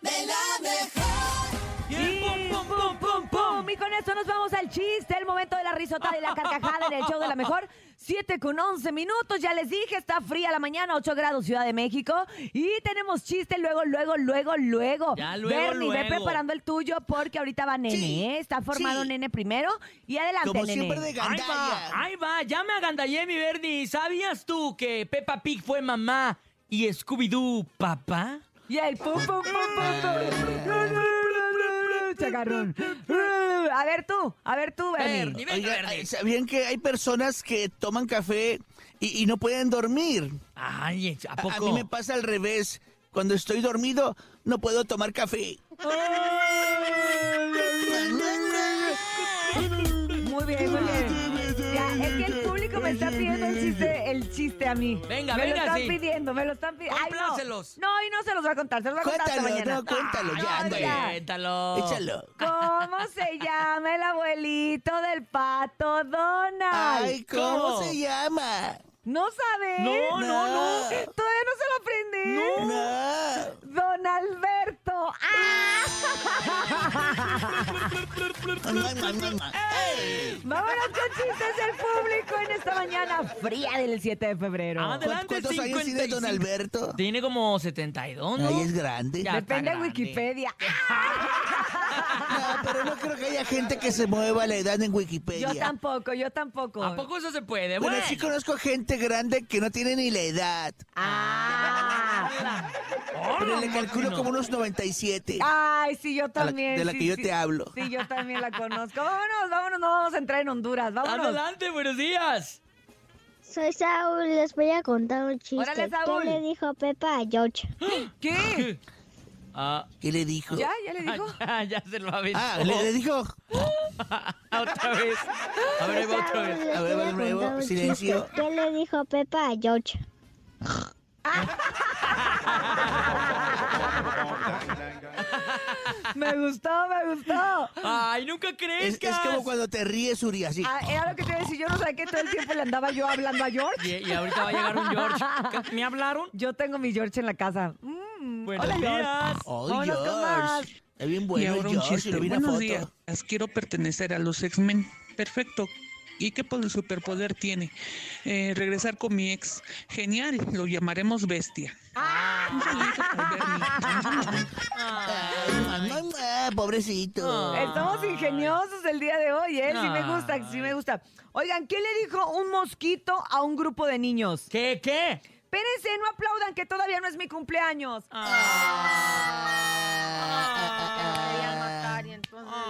de la mejor. ¡Pum, pum, pum, pum! Y con esto nos vamos al chiste, el momento de la risotada y la carcajada en el show de la mejor. 7 con 11 minutos, ya les dije, está fría la mañana, 8 grados Ciudad de México. Y tenemos chiste luego, luego, luego, luego. Ya, luego, Bernie, ve luego. preparando el tuyo porque ahorita va nene, Sí, ¿eh? Está formado sí. nene primero y adelante, Como nene. siempre de Ahí gandalla. va, ahí va, ya me agandallé, mi Bernie. ¿Sabías tú que Peppa Pig fue mamá y Scooby-Doo papá? Y el pum, pum, pum, pum, pum. Se agarró. A ver tú, a ver tú, Bernie. Bernie. venga, Oigan, Bernie. eh, ¿sabían que hay personas que toman café y, y no pueden dormir? Ay, ¿a A, poco? a mí me pasa al revés. Cuando estoy dormido, no puedo tomar café. Muy bien, muy bien. Ya, es que el público me está pidiendo el chiste, el chiste a mí. Venga, me venga, lo están sí. pidiendo, me lo están pidiendo. Ay, no. Complácelos. No, y no se los voy a contar, se los voy a contar hasta Cuéntalo, mañana. no, cuéntalo, ya, no, ándale. ya. Cuéntalo. Échalo. ¿Cómo se llama el abuelito del pato Donald? Ay, ¿cómo ¿cómo? se llama? ¿No sabes? No, no, no. Todavía no se lo aprendí. No. Don Alberto. ¡Ah! Vámonos con chistes del público en esta mañana fría del 7 de febrero. Ándale. Adelante, ¿Cuántos años tiene Don 55? Alberto? Tiene como 72, ¿no? Ay, es grande. Ya. está Depende de grande. Wikipedia. No, pero no creo que haya gente que se mueva la edad en Wikipedia. Yo tampoco, yo tampoco. ¿A poco eso se puede? Pero Bueno, sí conozco gente grande que no tiene ni la edad. Ah. Pero Hola, le calculo Martino. como unos 97. Ay, sí, yo la- también. de la sí, que yo sí. te hablo. Sí, yo también la conozco. Vámonos, vámonos, no vamos a entrar en Ah, Honduras. Vámonos. Adelante, buenos días. Soy Saúl, les voy a contar un chiste. Órale, Saúl. ¿Qué le dijo Pepa a George? ¿Qué? Ah, ¿Qué le dijo? ¿Ya? ¿Ya le dijo? ya, ya se lo aventó. Ah, le, le dijo. otra vez. A ver, ahí va otra vez. A les ver, voy de nuevo, contar un silencio. chiste. ¿Qué le dijo Pepa a George? Me gustó, me gustó. Ay, nunca crees Es, es como cuando te ríes, Uri, así. Ah, era lo que te iba a decir. Yo no sabía que todo el tiempo le andaba yo hablando a George. Y, y ahorita va a llegar un George. ¿Qué- ¿Me hablaron? Yo tengo mi George en la casa. Mm, Buenos hola, George. días. Oh, Vámonos con más. George. Está bien Y bueno, ahora un George. chiste. Le vi una Buenos foto. días. Quiero pertenecer a los X-Men. Perfecto. ¿Y qué po- superpoder tiene? Eh, regresar con mi ex. Genial. Lo llamaremos bestia. Un saludo para Bernie. Ah, Ay, mamá, ah, pobrecito. Estamos ingeniosos el día de hoy, ¿eh? Sí me gusta, sí me gusta. Oigan, ¿qué le dijo un mosquito a un grupo de niños? ¿Qué, qué? Espérense, no aplaudan, que todavía no es mi cumpleaños. Ah.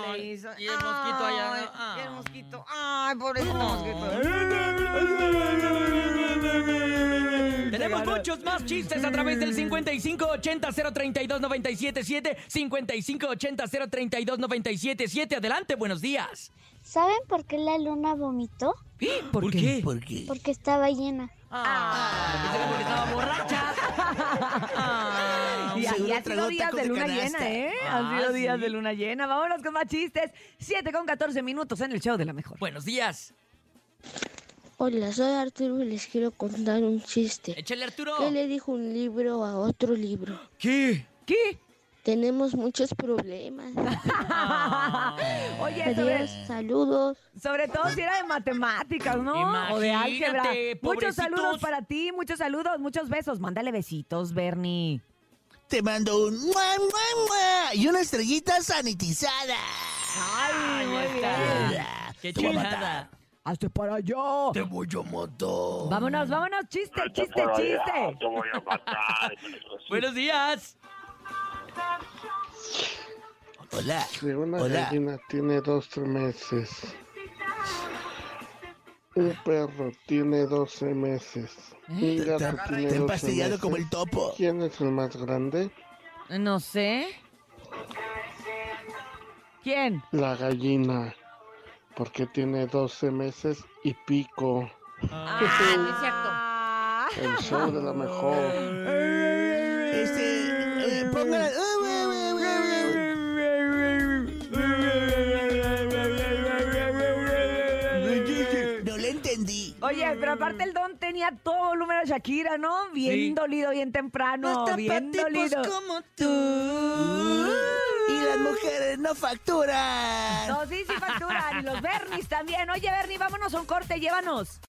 Ay, y el mosquito allá, ¿no? Ay, y el Ah. mosquito. Ay, pobrecito mosquito. Tenemos Llegaron. muchos más chistes a través del 5580-032-977, 5580-032-977. Adelante, buenos días. ¿Saben por qué la luna vomitó? ¿Por, qué? ¿Por qué? Porque estaba llena. Ah, pensé que porque estaba borracha. Ah. Y, y Seguro ha sido tragó días tacos de de luna canasta. llena, ¿eh? Han Ah, sido días sí. de luna llena. Vámonos con más chistes. 7 con 14 minutos en el show de la mejor. Buenos días. Hola, soy Arturo y les quiero contar un chiste. Échale, Arturo. ¿Qué le dijo un libro a otro libro? ¿Qué? ¿Qué? Tenemos muchos problemas. Oye, sobre, Adiós, saludos. sobre todo si era de matemáticas, ¿no? o de Imagínate, álgebra. Muchos pobrecitos. saludos para ti, muchos saludos, muchos besos. Mándale besitos, Bernie. Te mando un mua, mua, mua, y una estrellita sanitizada. Ay, muy bien. Qué Te voy a chulada. Hazte para allá. Te voy a matar. Vámonos, vámonos, chiste, chiste, chiste. Te voy a matar. Buenos días. Hola. Si una Hola. gallina tiene dos meses, un perro tiene doce meses, un ¿Eh? Te, gato te- tiene te doce empastillado meses. como el topo. ¿Quién es el más grande? No sé. ¿Quién? La gallina, porque tiene doce meses y pico. Ah, El show de la mejor. Este, eh, ponga- No le entendí. Oye, pero aparte el don tenía ponía todo volumen a Shakira, ¿no? Bien Sí. dolido, bien temprano, bien dolido. como tú. Y las mujeres no facturan. No, sí, sí facturan. Y los Bernis también. Oye, Bernie, vámonos a un corte, llévanos.